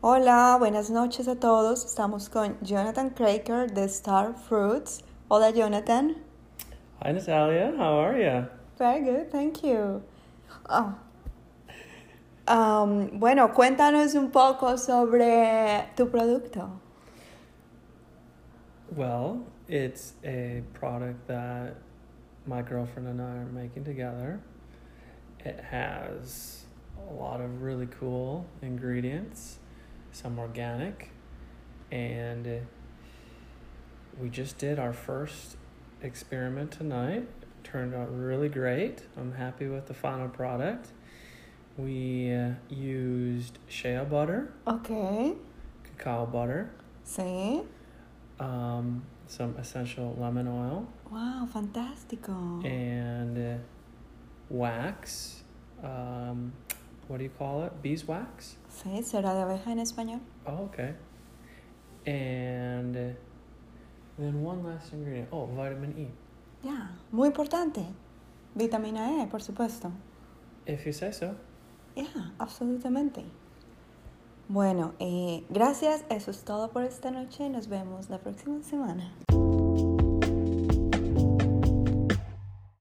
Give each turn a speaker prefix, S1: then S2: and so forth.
S1: Hola, buenas noches a todos. Estamos con Jonathan Craker de Star Fruits. Hola, Jonathan.
S2: Hi, Natalia. How are you?
S1: Very good, thank you. Ah. Um, bueno, cuéntanos un poco sobre tu producto.
S2: Well, it's a product that my girlfriend and I are making together. It has a lot of really cool ingredients, some organic, and we just did our first experiment tonight. It turned out really great. I'm happy with the final product. We uh, used shea butter,
S1: Ok,
S2: cacao butter,
S1: sí.
S2: um, some essential lemon oil,
S1: Wow, fantástico.
S2: and uh, wax. Um, what do you call it? Beeswax?
S1: Sí, será de abeja en español.
S2: Oh, okay. And uh, then one last ingredient. Oh, vitamin E.
S1: Ya, muy importante. Vitamina E, por supuesto.
S2: If you say so.
S1: Ya, absolutamente. Bueno, eh, gracias. Eso es todo por esta noche. Nos vemos la próxima semana.